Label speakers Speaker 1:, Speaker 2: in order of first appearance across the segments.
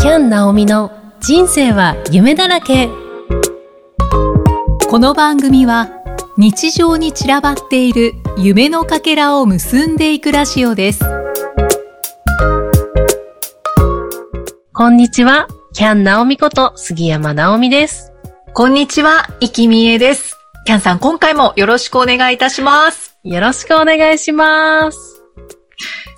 Speaker 1: キャン・ナオミの人生は夢だらけ
Speaker 2: この番組は日常に散らばっている夢のかけらを結んでいくラジオです
Speaker 1: こんにちはキャン・ナオミこと杉山直美です
Speaker 3: こんにちは、いきみえです。キャンさん、今回もよろしくお願いいたします。
Speaker 1: よろしくお願いします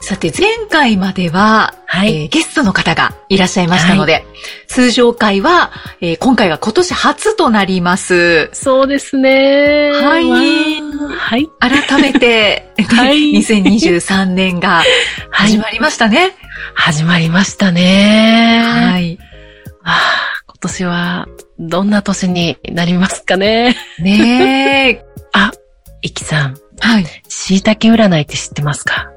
Speaker 3: さて、前回までは、
Speaker 1: は
Speaker 3: えーゲストの方がいらっしゃいましたので、通常回は、えー今回は今年初となります。
Speaker 1: そうですね
Speaker 3: はい
Speaker 1: わーはい
Speaker 3: 改め て、
Speaker 1: はい
Speaker 3: 2023年が始まりましたね。
Speaker 1: 始まりましたね
Speaker 3: はい。
Speaker 1: はあ今年はどんな年になりますかね
Speaker 3: ねえ。
Speaker 1: いきさん
Speaker 3: はい。
Speaker 1: 椎茸占いって知ってますか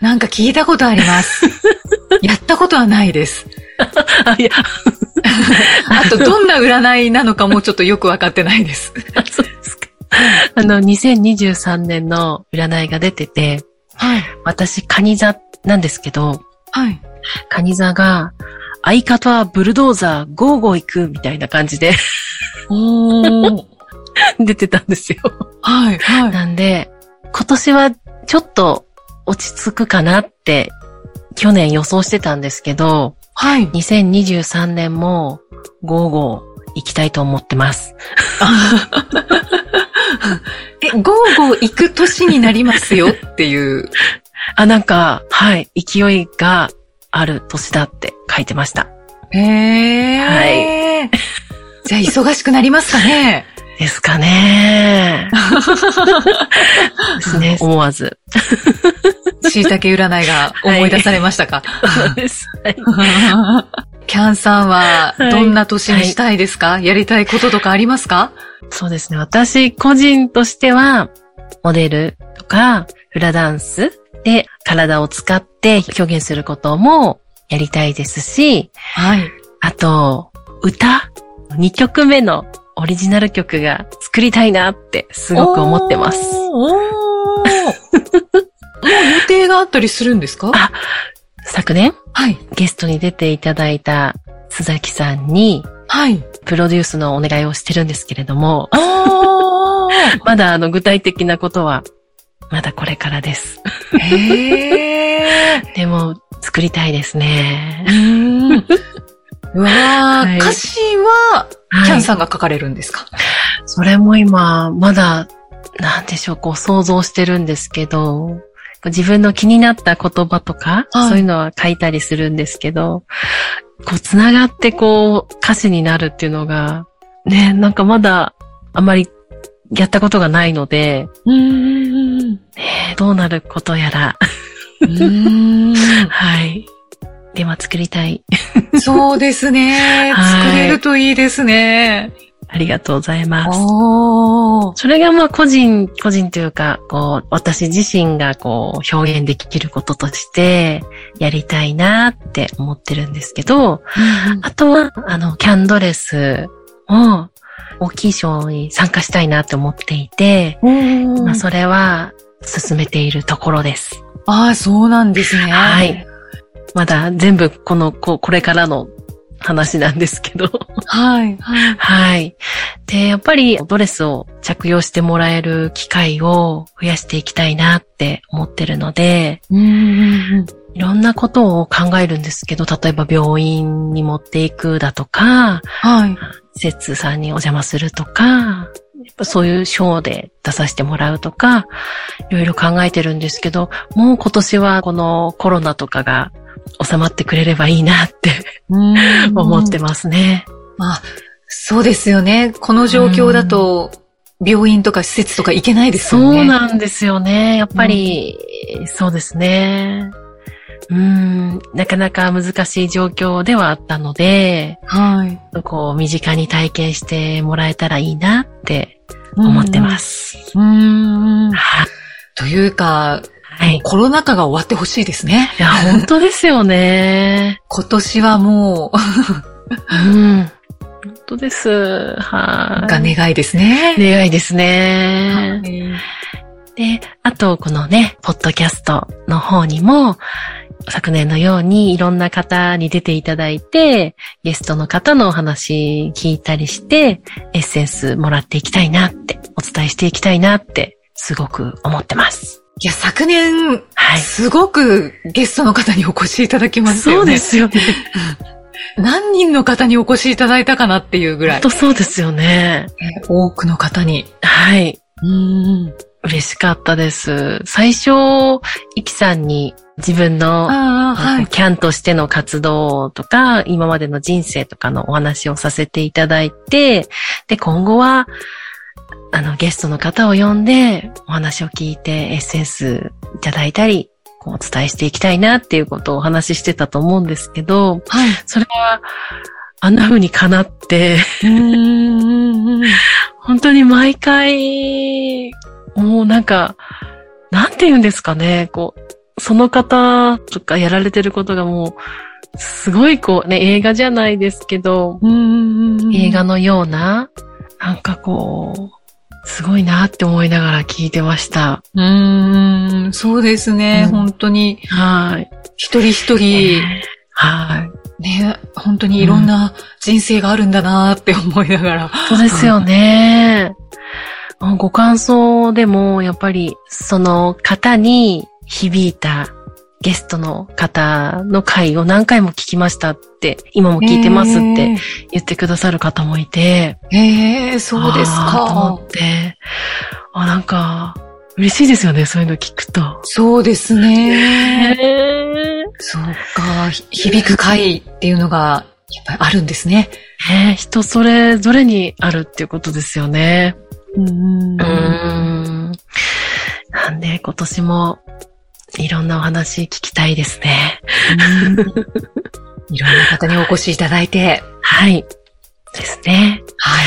Speaker 3: なんか聞いたことあり ます。やったことはないです。
Speaker 1: あ、いや、
Speaker 3: あと、どんな占いなのかもちょっとよくわかってないです。
Speaker 1: そうですか。あの、2023年の占いが出てて、
Speaker 3: はい。
Speaker 1: 私、カニ座なんですけど、
Speaker 3: はい。
Speaker 1: カニ座が、相方はブルドーザー、ゴーゴー行く、みたいな感じで
Speaker 3: おー。
Speaker 1: 出てたんですよ。
Speaker 3: はい、はい。
Speaker 1: なんで、今年はちょっと落ち着くかなって、去年予想してたんですけど、
Speaker 3: はい。
Speaker 1: 2023年も、ゴーゴー行きたいと思ってます。
Speaker 3: え、ゴーゴー行く年になりますよっていう。
Speaker 1: あ、なんか、はい、勢いがある年だって書いてました。
Speaker 3: へえ。はい。じゃあ、忙しくなりますかね。
Speaker 1: ですか ね。ですね。思わ ず。
Speaker 3: 椎茸占いが思い出されましたか。
Speaker 1: です。
Speaker 3: キャンさんは、
Speaker 1: はい
Speaker 3: どんな年にしたいですか、やりたいこととかありますか
Speaker 1: そうですね。私個人としては、モデルとか、フラダンスで体を使って表現することもやりたいですし、
Speaker 3: はい。
Speaker 1: あと、歌 ?2 曲目のオリジナル曲が作りたいなってすごく思ってます。
Speaker 3: お ー。おーもう予定があったりするんですか
Speaker 1: あ昨年、
Speaker 3: はい。
Speaker 1: ゲストに出ていただいた鈴木さんに、
Speaker 3: はい。
Speaker 1: プロデュースのお願いをしてるんですけれども、
Speaker 3: おー。
Speaker 1: まだあの具体的なことは、まだこれからです。
Speaker 3: へー。
Speaker 1: でも、作りたいですね。
Speaker 3: うわー、
Speaker 1: はい
Speaker 3: 歌詞は、キャン
Speaker 1: ん。
Speaker 3: さんが書かれるんですか
Speaker 1: それも今、まだ、なんでしょう、こう想像してるんですけど、自分の気になった言葉とか、
Speaker 3: はい
Speaker 1: そういうのは書いたりするんですけど、こう、つながってこう、歌詞になるっていうのが、ね、なんかまだ、あまり、やったことがないので、
Speaker 3: うん。
Speaker 1: ねどうなることやら、はい。では作りたい。
Speaker 3: そうですね。
Speaker 1: はい
Speaker 3: 作れるといいですね。
Speaker 1: ありがとうございます。
Speaker 3: おー。
Speaker 1: それがまあ個人、個人というか、こう、私自身がこう、表現できることとして、やりたいなって思ってるんですけど、あとは、あの、キャンドレスを、大きいショーに参加したいなって思っていて、まあそれは、進めているところです。
Speaker 3: ああ、そうなんですね。
Speaker 1: はい。まだ全部、この、こう、これからの話なんですけど。
Speaker 3: はい。はい。
Speaker 1: はい。で、やっぱりドレスを着用してもらえる機会を増やしていきたいなって思ってるので、
Speaker 3: うん。
Speaker 1: いろんなことを考えるんですけど、例えば病院に持っていくだとか、
Speaker 3: はい。
Speaker 1: 施設さんにお邪魔するとか、やっぱそういうショーで出させてもらうとか、いろいろ考えてるんですけど、もう今年はこのコロナとかが収まってくれればいいなって思って
Speaker 3: ま
Speaker 1: ますね。
Speaker 3: す。そうですよね。この状況だと、病院とか施設とか行けないですよね。
Speaker 1: そうなんですよね。やっぱり、そうですね。うん、なかなか難しい状況ではあったので、
Speaker 3: はい。
Speaker 1: こう、身近に体験してもらえたらいいなって思ってます。
Speaker 3: す。うん。
Speaker 1: は
Speaker 3: というか、
Speaker 1: い。
Speaker 3: コロナ禍が終わってほしいですね。
Speaker 1: いや、本当ですよね。
Speaker 3: 今年はもう、
Speaker 1: うん。本当です。はい。
Speaker 3: が願いですね。
Speaker 1: 願いですね。
Speaker 3: はい
Speaker 1: で、あと、このね、ポッドキャストの方にも、昨年のようにいろんな方に出ていただいて、ゲストの方のお話聞いたりして、エッセンスもらっていきたいなって、お伝えしていきたいなって、すごく思ってます。
Speaker 3: いや、昨年、
Speaker 1: はい。
Speaker 3: すごくゲストの方にお越しいただきました
Speaker 1: そ
Speaker 3: よ
Speaker 1: うで
Speaker 3: ね。
Speaker 1: すよね。
Speaker 3: 何人の方にお越しいただいたかなっていうぐら
Speaker 1: 本
Speaker 3: い。
Speaker 1: 当そうですよね。
Speaker 3: え多くの方に。
Speaker 1: はい。
Speaker 3: うん。
Speaker 1: 嬉しかったです。最初、イキさんに自分の
Speaker 3: ああ、
Speaker 1: あの
Speaker 3: はい。
Speaker 1: キャンとしての活動とか、今までの人生とかのお話をさせていただいて、で、今後は、あの、ゲストの方を呼んで、お話を聞いて、エッセンスいただいたり、こうお伝えしていきたいなっていうことをお話ししてたと思うんですけど、
Speaker 3: はい。
Speaker 1: それは、あんな風に叶って、
Speaker 3: うん。
Speaker 1: 本当に毎回、もうなんか、なんて言うんですかね、こう、その方とかやられてることがもう、すごいこうね、映画じゃないですけど、
Speaker 3: うん
Speaker 1: 映画のような、なんかこう、すごいなって思いながら聞いてました。
Speaker 3: うーん、そうですね、
Speaker 1: うん
Speaker 3: 本当に、
Speaker 1: はい。
Speaker 3: 一人一人、
Speaker 1: はい。
Speaker 3: ね、本当にいろんな人生があるんだなって思いながら。
Speaker 1: そうですよね。ご感想でも、やっぱり、その方に響いたゲストの方の回を何回も聞きましたって、今も聞いてますって。言ってくださる方もいて、
Speaker 3: えー、えーそうです
Speaker 1: あーと
Speaker 3: か
Speaker 1: 思っ。て、あ、なんか、嬉しいですよね、そういうの聞くと。
Speaker 3: そうですね。
Speaker 1: ね
Speaker 3: そうか、ひ響く回っていうのが、やっぱりあるんですね。
Speaker 1: え、人それぞれにあるっていうことですよね。
Speaker 3: うん
Speaker 1: うーんなんで、今年も、いろんなお話聞きたいですね。
Speaker 3: いろんな方にお越しいただいて。
Speaker 1: はい。ですね。
Speaker 3: はい。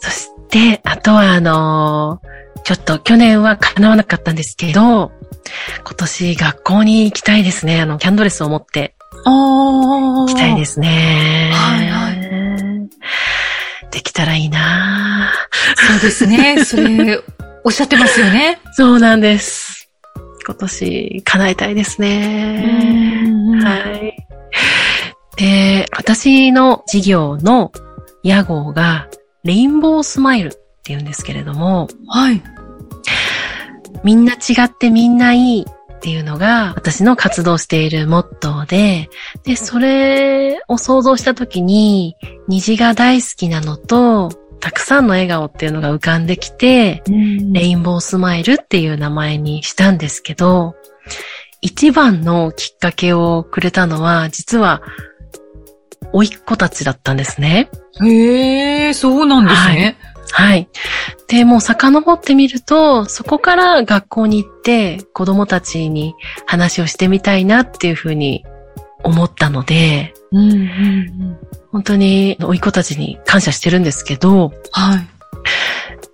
Speaker 1: そして、あとは、あのーちょっと去年は叶わなかったんですけど、今年学校に行きたいですね。あの、キャンドレスを持って
Speaker 3: ああ。。
Speaker 1: 行きたいですすね。
Speaker 3: はいはい
Speaker 1: できたらいいな
Speaker 3: そうですね。それ、おっしゃってますよね。
Speaker 1: そうなんです。今年叶えたいですね。
Speaker 3: は
Speaker 1: はい。で、私の事業の屋号が、レインボースマイルっていうんですけれども、
Speaker 3: はい。
Speaker 1: みんな違ってみんないいっていうのが、私の活動しているモットーで、で、それを想像した時に、虹が大好きなのと、たくさんの笑顔っていうのが浮かんできて、レインボースマイルっていう名前にしたんですけど、一番のきっかけをくれたのは、実は、甥っ子たちだったんですね。
Speaker 3: へえ、そうなんですね。
Speaker 1: はい。で、もう遡ってみると、そこから学校に行って、子供たちに話をしてみたいなっていうふうに思ったので、
Speaker 3: うんうんうん
Speaker 1: 本当に、甥っ子たちに感謝してるんですけど、
Speaker 3: はい。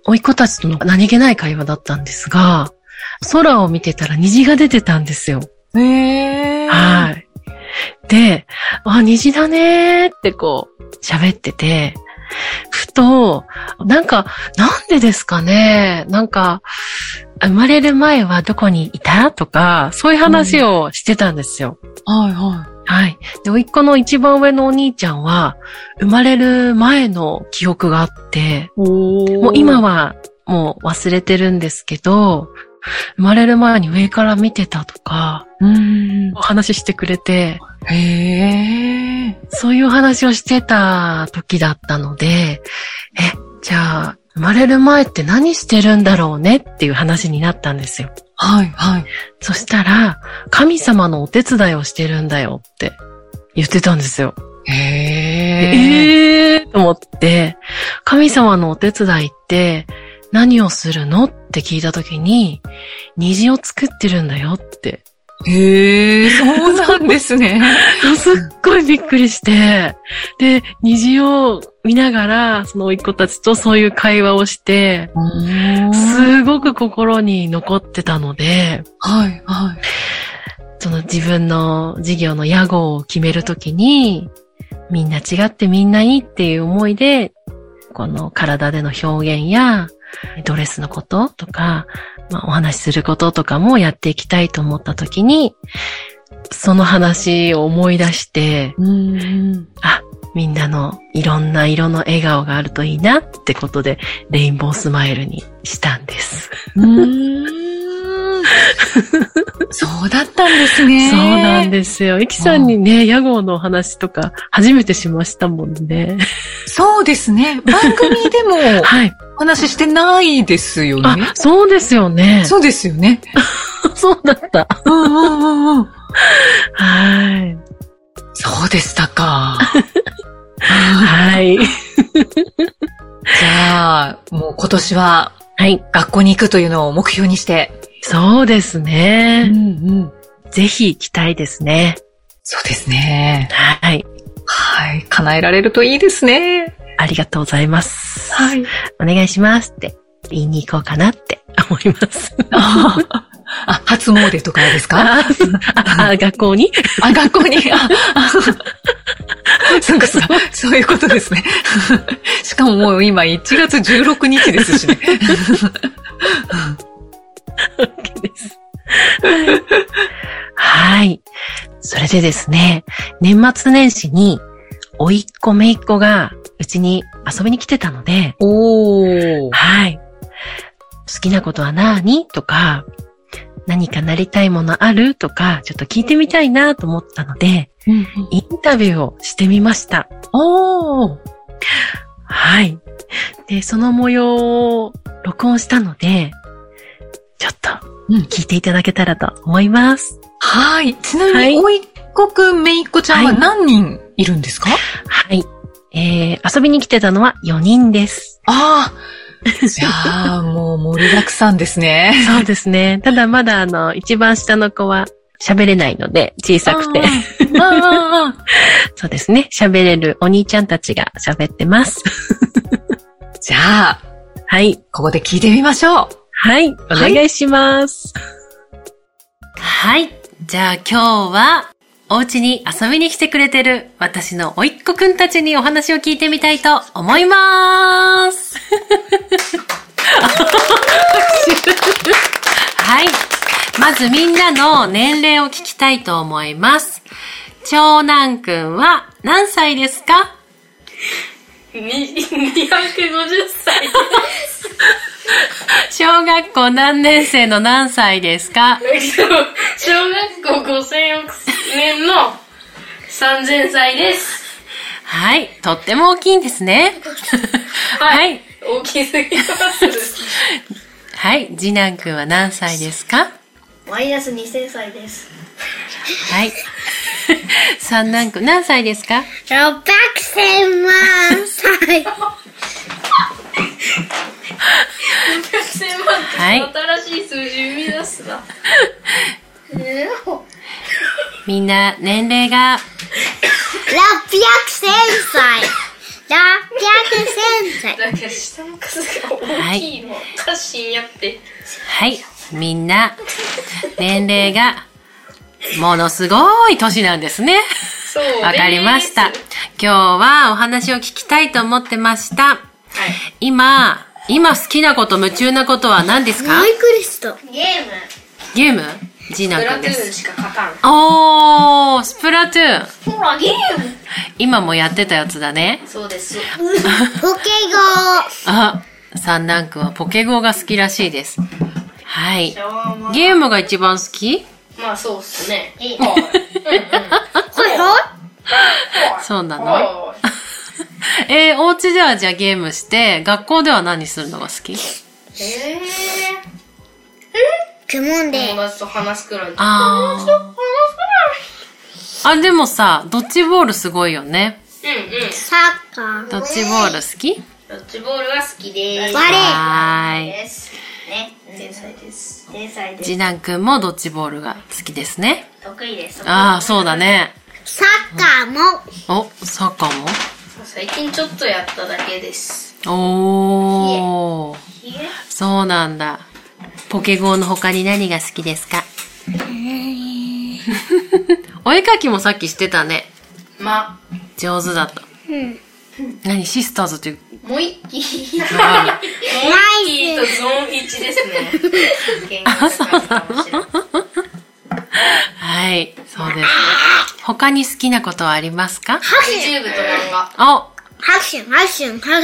Speaker 1: 甥っ子たちとの何気ない会話だったんですが、空を見てたら虹が出てたんですよ。
Speaker 3: へえ。。
Speaker 1: はいい。で、あ、虹だねーってこう、喋ってて、ふと、なんか、なんでですかねなんか、生まれる前はどこにいたとか、そういう話をしてたんですよ。
Speaker 3: はいは
Speaker 1: はい。で、甥っ子の一番上のお兄ちゃんは、生まれる前の記憶があって、
Speaker 3: い。お
Speaker 1: もう今は
Speaker 3: は。
Speaker 1: もう忘れてるんですけど、生まれる前に上から見てたとか、
Speaker 3: うん
Speaker 1: お話ししてくれて、
Speaker 3: へえ。
Speaker 1: そういうお話をしてた時だったので、え、じゃあ、生まれる前って何してるんだろうねっていう話になったんですよ。
Speaker 3: はいはい。
Speaker 1: そしたら、神様のお手伝いをしてるんだよって言ってたんですよ。
Speaker 3: へ
Speaker 1: で
Speaker 3: え。
Speaker 1: えー、と思って、神様のお手伝いって何をするのって聞いた時に、虹を作ってるんだよって、
Speaker 3: へえ、そうなんですね。
Speaker 1: すっごいびっくりして、で、虹を見ながら、その甥っ子たちとそういう会話をして、
Speaker 3: はい
Speaker 1: すごく心に残ってたので、
Speaker 3: はい。
Speaker 1: その自分の事業の屋号を決めるときに、みんな違ってみんないいっていう思いで、この体での表現や、ドレスのこととか、まあ、お話しすることとかもやっていきたいと思ったときに、その話を思い出して、
Speaker 3: うん。
Speaker 1: あ、みんなのいろんな色の笑顔があるといいなってことで、レインボースマイルにしたんです。
Speaker 3: う ーんそうだったんですね。
Speaker 1: そうなんですよ。イキさんにね、屋号のお話とか初めてしましたもん ね。
Speaker 3: す。そうですね。番組でも
Speaker 1: はい。
Speaker 3: お話ししてないですよ
Speaker 1: あ
Speaker 3: ね。、
Speaker 1: そうですよね。
Speaker 3: そうですよね。
Speaker 1: そうだった。
Speaker 3: うんうんうんうん。
Speaker 1: はい。
Speaker 3: そうでしたか。
Speaker 1: はい。
Speaker 3: じゃあ、もう今年は
Speaker 1: はい。
Speaker 3: 学校に行くというのを目標にして。
Speaker 1: そうです
Speaker 3: う
Speaker 1: ね。
Speaker 3: うん。
Speaker 1: ぜひ行きたいですね。
Speaker 3: そうですね。
Speaker 1: はい。
Speaker 3: はい。叶えられるといいですね。
Speaker 1: ありがとうございます。
Speaker 3: い。
Speaker 1: お願いしますって言いに行こうかなって思います。
Speaker 3: あ、あ初詣とかですか
Speaker 1: あ あ、学校に
Speaker 3: あ、学校 に、あ、あそうかそうか、そういうことですね。しかももう今1月16日です しね。
Speaker 1: です。はい。それでですね、年末年始に、おいっ子めいっ子が、うちに遊びに来てたので、
Speaker 3: おー。
Speaker 1: はい。好きなことは何とか、何かなりたいものあるとか、ちょっと聞いてみたいなと思ったので、インタビューをしてみました。
Speaker 3: おー。
Speaker 1: はい。で、その模様を録音したので、ちょっと
Speaker 3: うん
Speaker 1: 聞いていただけたらと思います。
Speaker 3: はい。ちな
Speaker 1: は
Speaker 3: み
Speaker 1: い
Speaker 3: に、おいっこくん、めいっこちゃんは
Speaker 1: はい
Speaker 3: 何人いるんですか、
Speaker 1: はい。えー、遊びに来てたのは4人 です。
Speaker 3: ああ。じゃあ、もう盛りだくさんですね。
Speaker 1: そうですね。ただまだあの、一番下の子は喋れないので、小さくて
Speaker 3: あ。ー。あーあ
Speaker 1: そうですね。喋れるお兄ちゃんたちが喋ってます。
Speaker 3: ー じゃあ、
Speaker 1: はい。
Speaker 3: ここで聞いてみましょう。
Speaker 1: はい。お願いします。
Speaker 4: はい。じゃあ今日は、お家に遊びに来てくれてる私のおいっ子くんたちにお話を聞いてみたいと思います。 はい。まずみんなの年齢を聞きたいと思います。長男くんは何歳ですか
Speaker 5: に250歳
Speaker 4: 小学校何年生の何歳ですか
Speaker 5: 小学校5000億年の3000歳です
Speaker 4: はい。とっても大きいんです ね。はい。
Speaker 5: 大きすぎます
Speaker 4: はい。次男くんは何歳ですか
Speaker 5: マイナス2000歳です
Speaker 4: はい。 三男くん、何歳ですか
Speaker 6: 六百千万歳。
Speaker 5: 6000万って
Speaker 4: はい
Speaker 5: 新しい数字生み出すな
Speaker 4: みんな、年齢が、
Speaker 6: 六百千 歳。六百千歳。
Speaker 5: だけど下の数が大きいのおかしいんやって
Speaker 4: はい。みんな、年齢が、ものすごい年なんですね。
Speaker 5: そう
Speaker 4: わかりました。
Speaker 5: です
Speaker 4: 今日はお話を聞きたいと思ってました。今、今好きなこと、夢中なことは何ですか
Speaker 6: クリスト。
Speaker 5: ゲー
Speaker 4: ゲーム次
Speaker 5: ム
Speaker 4: 男く
Speaker 5: プラ
Speaker 4: ん
Speaker 5: トゥ
Speaker 4: で
Speaker 5: ー
Speaker 4: す。
Speaker 5: ンしか勝たん
Speaker 4: おー、スプラトゥーン。
Speaker 5: ほらゲーム
Speaker 4: 今もやってたやつだね。
Speaker 5: そうです
Speaker 6: ポケゴ
Speaker 4: あ、三男くんはポケゴーが好きらしいです。はい。
Speaker 5: ま
Speaker 4: ゲームが一番好き
Speaker 5: あそうっすね
Speaker 6: ー。ほ
Speaker 4: そうなの
Speaker 5: は
Speaker 4: えー、お家ではじゃあゲームして、学校では何するのが好き
Speaker 5: いえ
Speaker 6: くもん
Speaker 5: ー、
Speaker 6: で
Speaker 5: 友。達と話すくらい
Speaker 4: あー。あ、でもさ、ドッジボールすごいよね。
Speaker 5: うんうん
Speaker 6: サッカー。
Speaker 4: ドッジボール好き
Speaker 5: ドッジボールが好きです。
Speaker 6: バレー。
Speaker 4: はーい。
Speaker 5: す。ね、天才です。天才で。
Speaker 4: 次男くんもドッジボールが好きですね。
Speaker 5: 得意です。
Speaker 4: あー、そうだね。
Speaker 6: サッカーも。
Speaker 4: お、サッカー
Speaker 5: 最近ちょっとやっただけです。
Speaker 4: もおー。そうなんだ。ポケゴーの他に何が好きですかお絵かきもさっきしてたね。
Speaker 5: ま、
Speaker 4: 上手だった。何シスターズっていう。
Speaker 5: もう一機。もう
Speaker 4: あ
Speaker 5: 一機とゾーン1ですね。言語が高いかもしれない
Speaker 4: はい。そ
Speaker 1: そうです。他に好きなことはありますか
Speaker 5: YouTube と漫画。
Speaker 1: お、
Speaker 6: 拍手、拍手、拍手、拍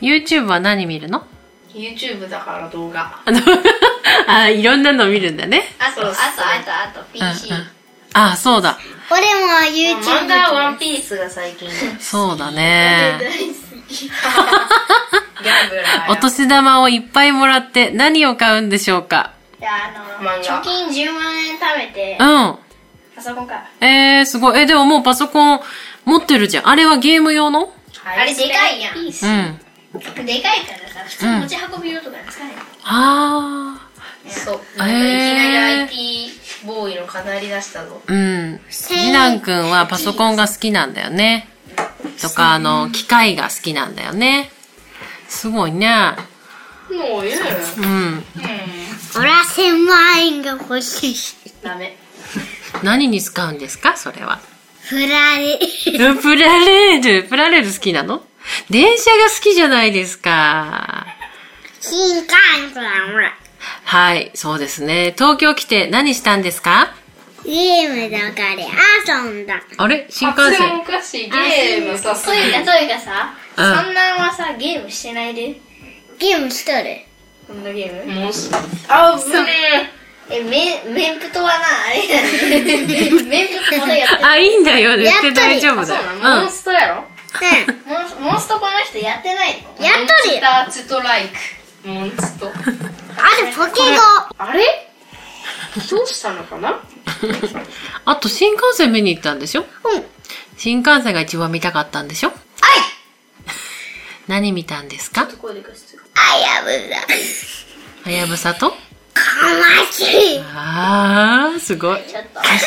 Speaker 6: 手。
Speaker 1: YouTube は何見るの
Speaker 5: YouTube だから動画。
Speaker 1: あ、いろんなの見るんだね。
Speaker 5: あと、あと、あと、あと、
Speaker 1: うんうん。あ、そうだ。
Speaker 6: 俺も YouTube
Speaker 5: 漫画はワンピースが最近。ギ
Speaker 1: そうだね。
Speaker 5: ャンブラ ーや。
Speaker 1: お年玉をいっぱいもらって何を買うんでしょうか
Speaker 6: いや、あ
Speaker 5: 漫画
Speaker 6: 金10万円貯めて
Speaker 1: う、ん。
Speaker 6: パソコンから。
Speaker 1: えー、すごい。え、でももうパソコン持ってるじゃん。あれはゲーム用の
Speaker 5: あれでかいやん。
Speaker 1: うん。あ
Speaker 6: でかいからさ、普通持ち運び用とか使えない。
Speaker 1: あ
Speaker 5: そう。
Speaker 1: へー
Speaker 5: なんかいきなり IT ボーイの飾り出したぞ。
Speaker 1: ー。うん。次男くんはパソコンが好きなんだよね。とか、あの、機械が好きなんだよね。すごいね。
Speaker 5: もういいよ。
Speaker 1: うん。
Speaker 6: 俺は1000万円が欲しい。
Speaker 5: ダメ。
Speaker 1: 何に使うんですかそれは。
Speaker 6: フラレ。
Speaker 1: うんプラレール。プラレール好きなの電車が好きじゃないですか。
Speaker 6: 新幹線は、
Speaker 1: はい、そうですね。東京来て何したんですか
Speaker 6: ゲームだから遊んだ。
Speaker 1: あれ新幹
Speaker 5: 発音
Speaker 1: 線
Speaker 5: おかしい。ゲームさ、
Speaker 7: そういうか、そういうかさ、
Speaker 1: うん
Speaker 7: 三男はさ、ゲームしてないで。
Speaker 6: ゲームし とる。
Speaker 7: こんなゲーム
Speaker 5: もうす、あぶね
Speaker 7: え、め、メンプとはな、あれだね。メンプとまだやってる。
Speaker 1: あ、いいんだよ。言って大丈
Speaker 5: え。
Speaker 1: 夫
Speaker 5: そ
Speaker 1: だよ。
Speaker 5: うなのモンストやろ
Speaker 6: う
Speaker 7: モンスモンストこの人やってないの
Speaker 6: ん。やっとるよ。
Speaker 5: モンスターストライク。モンスト。
Speaker 6: あれ、ポケゴ。
Speaker 5: あれどうしたのかな
Speaker 1: うん。あと、新幹線見に行ったんでしょ
Speaker 6: うん。
Speaker 1: 新幹線が一番見たかったんでしょ
Speaker 6: あい
Speaker 1: 何見たんですか
Speaker 6: あやぶだ。
Speaker 1: はやぶさと
Speaker 6: かましい。
Speaker 1: あー、すごい。明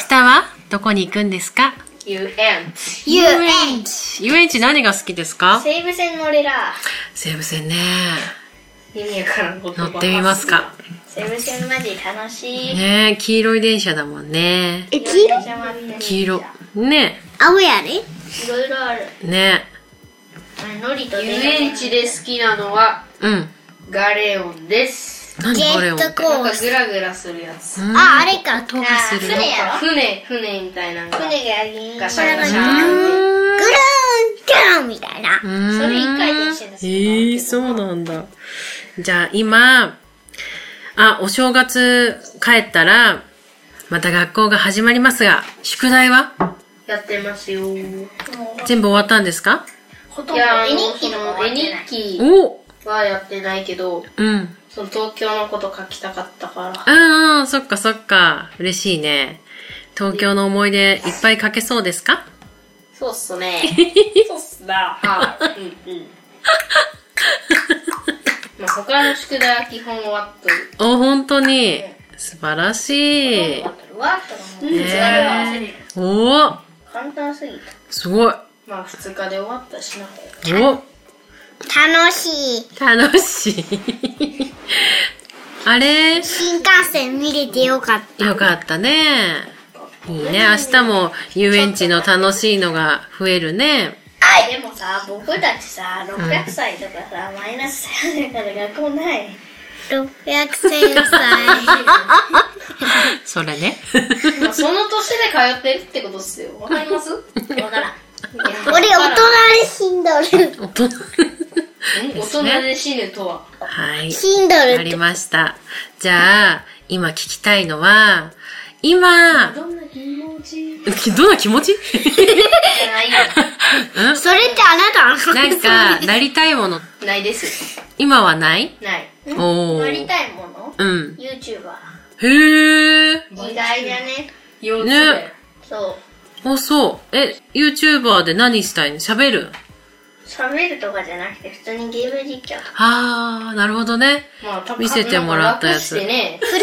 Speaker 1: 日はどこに行くんですか
Speaker 5: ?UN。
Speaker 6: 遊園地。
Speaker 1: 遊園地何が好きですか
Speaker 7: 西武線乗れら。
Speaker 1: 西武線ね。
Speaker 5: 意味わからん言葉
Speaker 1: 乗ってみますか。
Speaker 7: 西武線マジ楽しい。
Speaker 1: ねえ、黄色い電車だもんね。
Speaker 6: え、黄色
Speaker 7: 邪魔って
Speaker 1: 黄色。ね
Speaker 6: 青やね。
Speaker 7: いろいろある。
Speaker 1: え、ね
Speaker 7: あれ、のりと
Speaker 5: 遊園地で好きなのは
Speaker 1: え。うん。
Speaker 5: ガレオンです。
Speaker 1: 何
Speaker 6: ジ
Speaker 1: これ
Speaker 6: ェ
Speaker 1: を
Speaker 6: ッ。トコ
Speaker 5: なん
Speaker 6: ー
Speaker 5: か
Speaker 6: ス
Speaker 5: グラグラするやつ。
Speaker 1: うん
Speaker 6: あ、あれか。グ
Speaker 1: 音がする。
Speaker 7: 船やろ
Speaker 5: 船、船みたいなのが。
Speaker 7: 船が銀
Speaker 5: ガシャガシャ。
Speaker 6: ルーン、キャーンみたいな。
Speaker 1: そ
Speaker 7: れ一回で一緒です
Speaker 1: えー、そうなんだ。じゃあ今、あ、お正月帰ったら、また学校が始まりますが、宿題は
Speaker 5: やってますよ。い
Speaker 1: 全部終わったんですか
Speaker 7: ほとんど
Speaker 5: や、あ
Speaker 7: 絵
Speaker 5: の、
Speaker 7: 日記
Speaker 5: そ
Speaker 7: とか
Speaker 5: の、
Speaker 7: は
Speaker 5: 絵
Speaker 7: やってない。
Speaker 5: 日記
Speaker 1: お
Speaker 5: はやってないけど、
Speaker 1: うん。
Speaker 5: その東京のこと書きたかったから。
Speaker 1: うんうん、そっかそっか。嬉しいね。東京の思い出いっぱい書けそうですか
Speaker 5: そうっす ね。そうっすな。はい。うんうん。まあ、他の宿題は基本終わっとる。
Speaker 1: お、本当に。素晴らしい。
Speaker 7: ワーとかも
Speaker 5: うん
Speaker 1: ねえ。お
Speaker 7: 簡単すぎた。
Speaker 1: すごい。
Speaker 5: まあ、二日で終わったしな。
Speaker 1: お
Speaker 6: 楽しい。
Speaker 1: 楽しい。 あれ
Speaker 6: 新幹線見れてよかった。
Speaker 1: よかったね。いいね。明日も遊園地の楽しいのが増えるね。
Speaker 7: でもさ、僕たちさ、600歳とかさ、マイナス歳だから学校ない。
Speaker 6: 600戦歳。
Speaker 1: それね。
Speaker 5: まあ、その年で通ってるってことっすよ。わかり ます
Speaker 7: わからん。
Speaker 6: 俺、大人で死んどる。
Speaker 1: 大人
Speaker 5: 大人で死ぬとは。
Speaker 1: はい。
Speaker 6: 死んど
Speaker 1: あ
Speaker 6: るっ
Speaker 1: り
Speaker 6: て。
Speaker 1: ました。じゃあ、今聞きたいのは、今、どんな 気持ちどんな気持ち
Speaker 5: ないよ。
Speaker 6: それってあなた
Speaker 1: なんか、なりたいもの、
Speaker 5: ないです。
Speaker 1: 今はない
Speaker 5: ない。
Speaker 1: お
Speaker 7: なり
Speaker 1: ー。
Speaker 7: たいもの
Speaker 1: うん。
Speaker 7: ?YouTuber。
Speaker 1: へー。
Speaker 7: 時代だね。
Speaker 5: 4
Speaker 1: ね
Speaker 7: そう。
Speaker 1: あ、そう。え、YouTuber で何したいの喋る
Speaker 7: 喋るとかじゃなくて、普通にゲーム実況。
Speaker 1: あー、なるほどね。
Speaker 5: まあ、多分
Speaker 1: 見せてもらったやつ
Speaker 5: 楽してね。
Speaker 6: フラ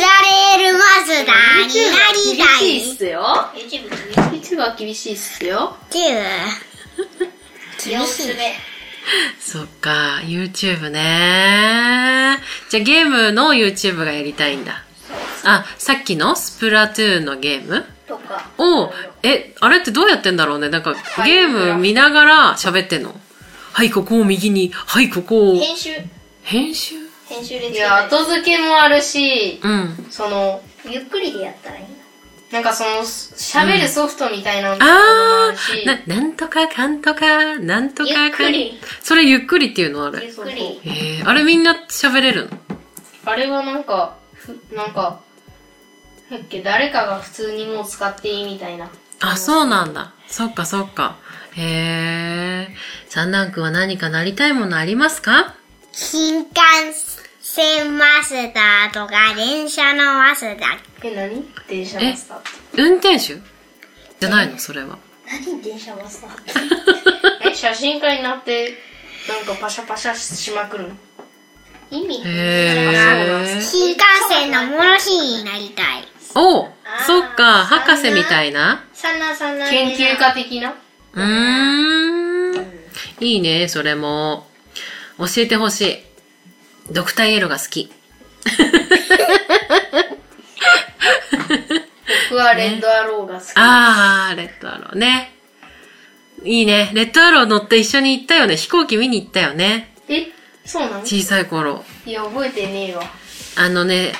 Speaker 6: レールマズダーになり
Speaker 5: 厳
Speaker 6: た
Speaker 5: しい
Speaker 6: い。
Speaker 5: っすよ。
Speaker 7: YouTube
Speaker 5: 一部は厳しいっすよ。
Speaker 7: 気をすべ。
Speaker 1: そっか、YouTube ね。じゃあゲームの YouTube がやりたいんだ。あ、さっきのスプラトゥーンのゲーム
Speaker 7: とか。
Speaker 1: を、え、あれってどうやってんだろうねなんかゲーム見ながら喋ってんのはい、ここを右に。はい、ここを。
Speaker 7: 編集。
Speaker 1: 編集
Speaker 7: 編集で
Speaker 5: い
Speaker 7: つけ
Speaker 5: や、
Speaker 7: たり
Speaker 5: 後付けもあるし、
Speaker 1: うん。
Speaker 5: その、
Speaker 7: ゆっくりでやったらいいな。
Speaker 5: なんかその、喋るソフトみたいなのとかもあ
Speaker 1: あ
Speaker 5: るし、
Speaker 1: あ、な、なんとかかんとか、なんとかかん
Speaker 8: ゆっくり。
Speaker 1: それゆっくりっていうのあれ
Speaker 8: ゆ。っくり。
Speaker 1: えー、あれみんな喋れるの
Speaker 5: あれはなんか、ふなんか、なんだっけ、誰かが普通にもう使っていいみたいな。
Speaker 1: あ、そうなんだ。そっかそっか。へえ。三男くんは何かなりたいものありますか
Speaker 6: 新幹線マスターとか電車のマスター。
Speaker 5: え、何電車マスターって。
Speaker 1: 運転手じゃないのそれは。
Speaker 8: 何電車マスターって。
Speaker 5: え、写真家になって、なんかパシャパシャしまくるの。
Speaker 8: 意味
Speaker 1: へえ。
Speaker 6: 新幹線のモノシーンになりたい。
Speaker 1: お
Speaker 8: ー
Speaker 1: そっか、博士みたいな。
Speaker 8: さなさな。
Speaker 5: 研究家的な
Speaker 1: うーん。いいね、それも。教えてほしい。ドクターイエローが好き。
Speaker 5: 僕はレッドアローが好き。
Speaker 1: あー、レッドアローね。いいね。レッドアロー乗って一緒に行ったよね。飛行機見に行ったよね。
Speaker 5: え、そうなの
Speaker 1: 小さい頃。
Speaker 5: いや、覚えてねえわ。
Speaker 1: あのね、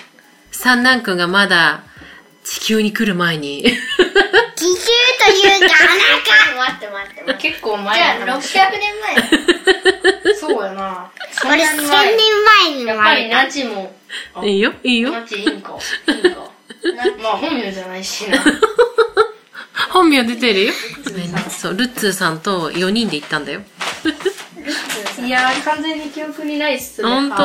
Speaker 1: 三男くんがまだ地球に来る前に。
Speaker 6: 気球というか、
Speaker 8: 待って待って待って。
Speaker 5: 結構
Speaker 8: じゃ
Speaker 5: 前
Speaker 8: あ、
Speaker 5: の
Speaker 8: 600
Speaker 5: 話
Speaker 8: 年前。
Speaker 5: そうやな。そん
Speaker 6: 俺
Speaker 5: な
Speaker 6: 1000
Speaker 5: に前。
Speaker 6: 年前
Speaker 5: や
Speaker 6: に生
Speaker 5: っ
Speaker 6: ま
Speaker 5: ぱ
Speaker 6: れ
Speaker 5: り
Speaker 6: た。
Speaker 5: ナチも、あ
Speaker 1: いいよ、いいよ。
Speaker 5: ナチいいんか。いいんか。まあ本名じゃないしな。
Speaker 1: 本名出てるよ。そう、ルッツーさんと4人で行ったんだよ。
Speaker 5: いやー、完全に記憶にないっすね。
Speaker 1: ほん
Speaker 5: あ
Speaker 1: と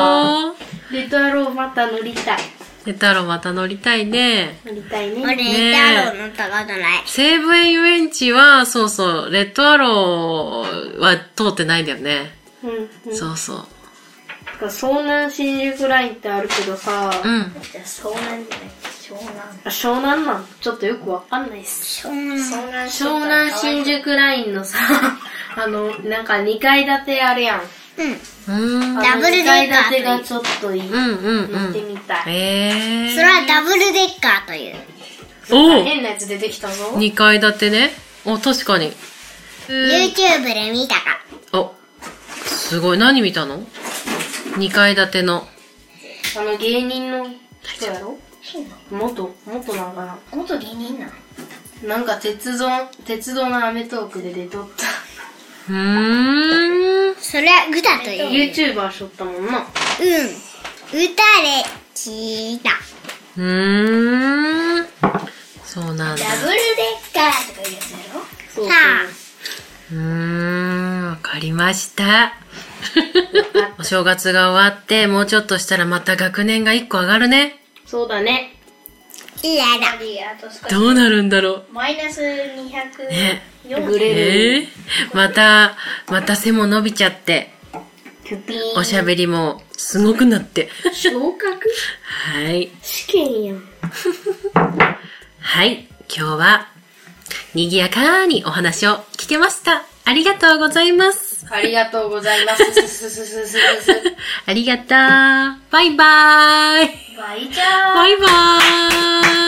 Speaker 5: ーレッドアローまた乗りたい。
Speaker 1: レッドアローまた乗りたいね。
Speaker 5: 乗りたいね。
Speaker 6: 俺、太郎乗ったことない。
Speaker 1: 西武園遊園地は、そうそう、レッドアローは通ってないんだよね。
Speaker 5: うん、うん。
Speaker 1: そうそう。
Speaker 5: なんか湘南新宿ラインってあるけどさ、
Speaker 1: うん。
Speaker 8: じゃあ、そうなんじゃない湘南。
Speaker 5: あ湘南なんちょっとよくわかんないっす。
Speaker 8: 湘南
Speaker 5: 湘南新宿ラインの さ、あの、なんか2階建てあるやん。
Speaker 1: うーん。
Speaker 5: あの
Speaker 6: ダブルデッ
Speaker 5: 二
Speaker 6: カー
Speaker 5: 階建てがちょっといい。
Speaker 1: うんうんう
Speaker 5: 乗って
Speaker 1: ん。
Speaker 5: みたい。
Speaker 1: え
Speaker 6: そ
Speaker 1: ー。
Speaker 6: れはダブルデッカーという。
Speaker 1: お
Speaker 5: 変なやつ出てきたぞ。
Speaker 1: !2 階建てね。お、確かに。えー
Speaker 6: YouTube で見たか
Speaker 1: お、すごい。何見たの ?2 階建ての。
Speaker 5: あの芸人の人やろ元元なんかな
Speaker 8: 元芸人なの
Speaker 5: なんか鉄道、鉄道のアメトークで出とった。
Speaker 1: うーん。
Speaker 6: それは歌という。
Speaker 5: YouTuber しょったもんな。
Speaker 6: うん。歌で聞いた。
Speaker 1: うーん。そうなんだ。
Speaker 8: ダブルデッカーとかいうやつやろ
Speaker 5: そうそう。
Speaker 6: さあ、
Speaker 1: うーん。わかりました。お正月が終わって、もうちょっとしたらまた学年が1個上がるね。
Speaker 5: そうだね。
Speaker 6: 嫌だ。
Speaker 8: ありあと少し。
Speaker 1: どうなるんだろう。
Speaker 8: マイナス200。
Speaker 1: ね。
Speaker 5: グレー
Speaker 1: ええまた、また背も伸びちゃって、
Speaker 5: キュピー
Speaker 1: おしゃべりもすごくなって。
Speaker 5: 昇格
Speaker 1: はい。
Speaker 5: 試験やん。
Speaker 1: はい、今日は、賑やかにお話を聞けました。ありがとうございます。
Speaker 5: ありがとうございます。すすすすすす
Speaker 1: ありがとう。バイバーイ。
Speaker 8: バイチャー
Speaker 1: バイバーイ。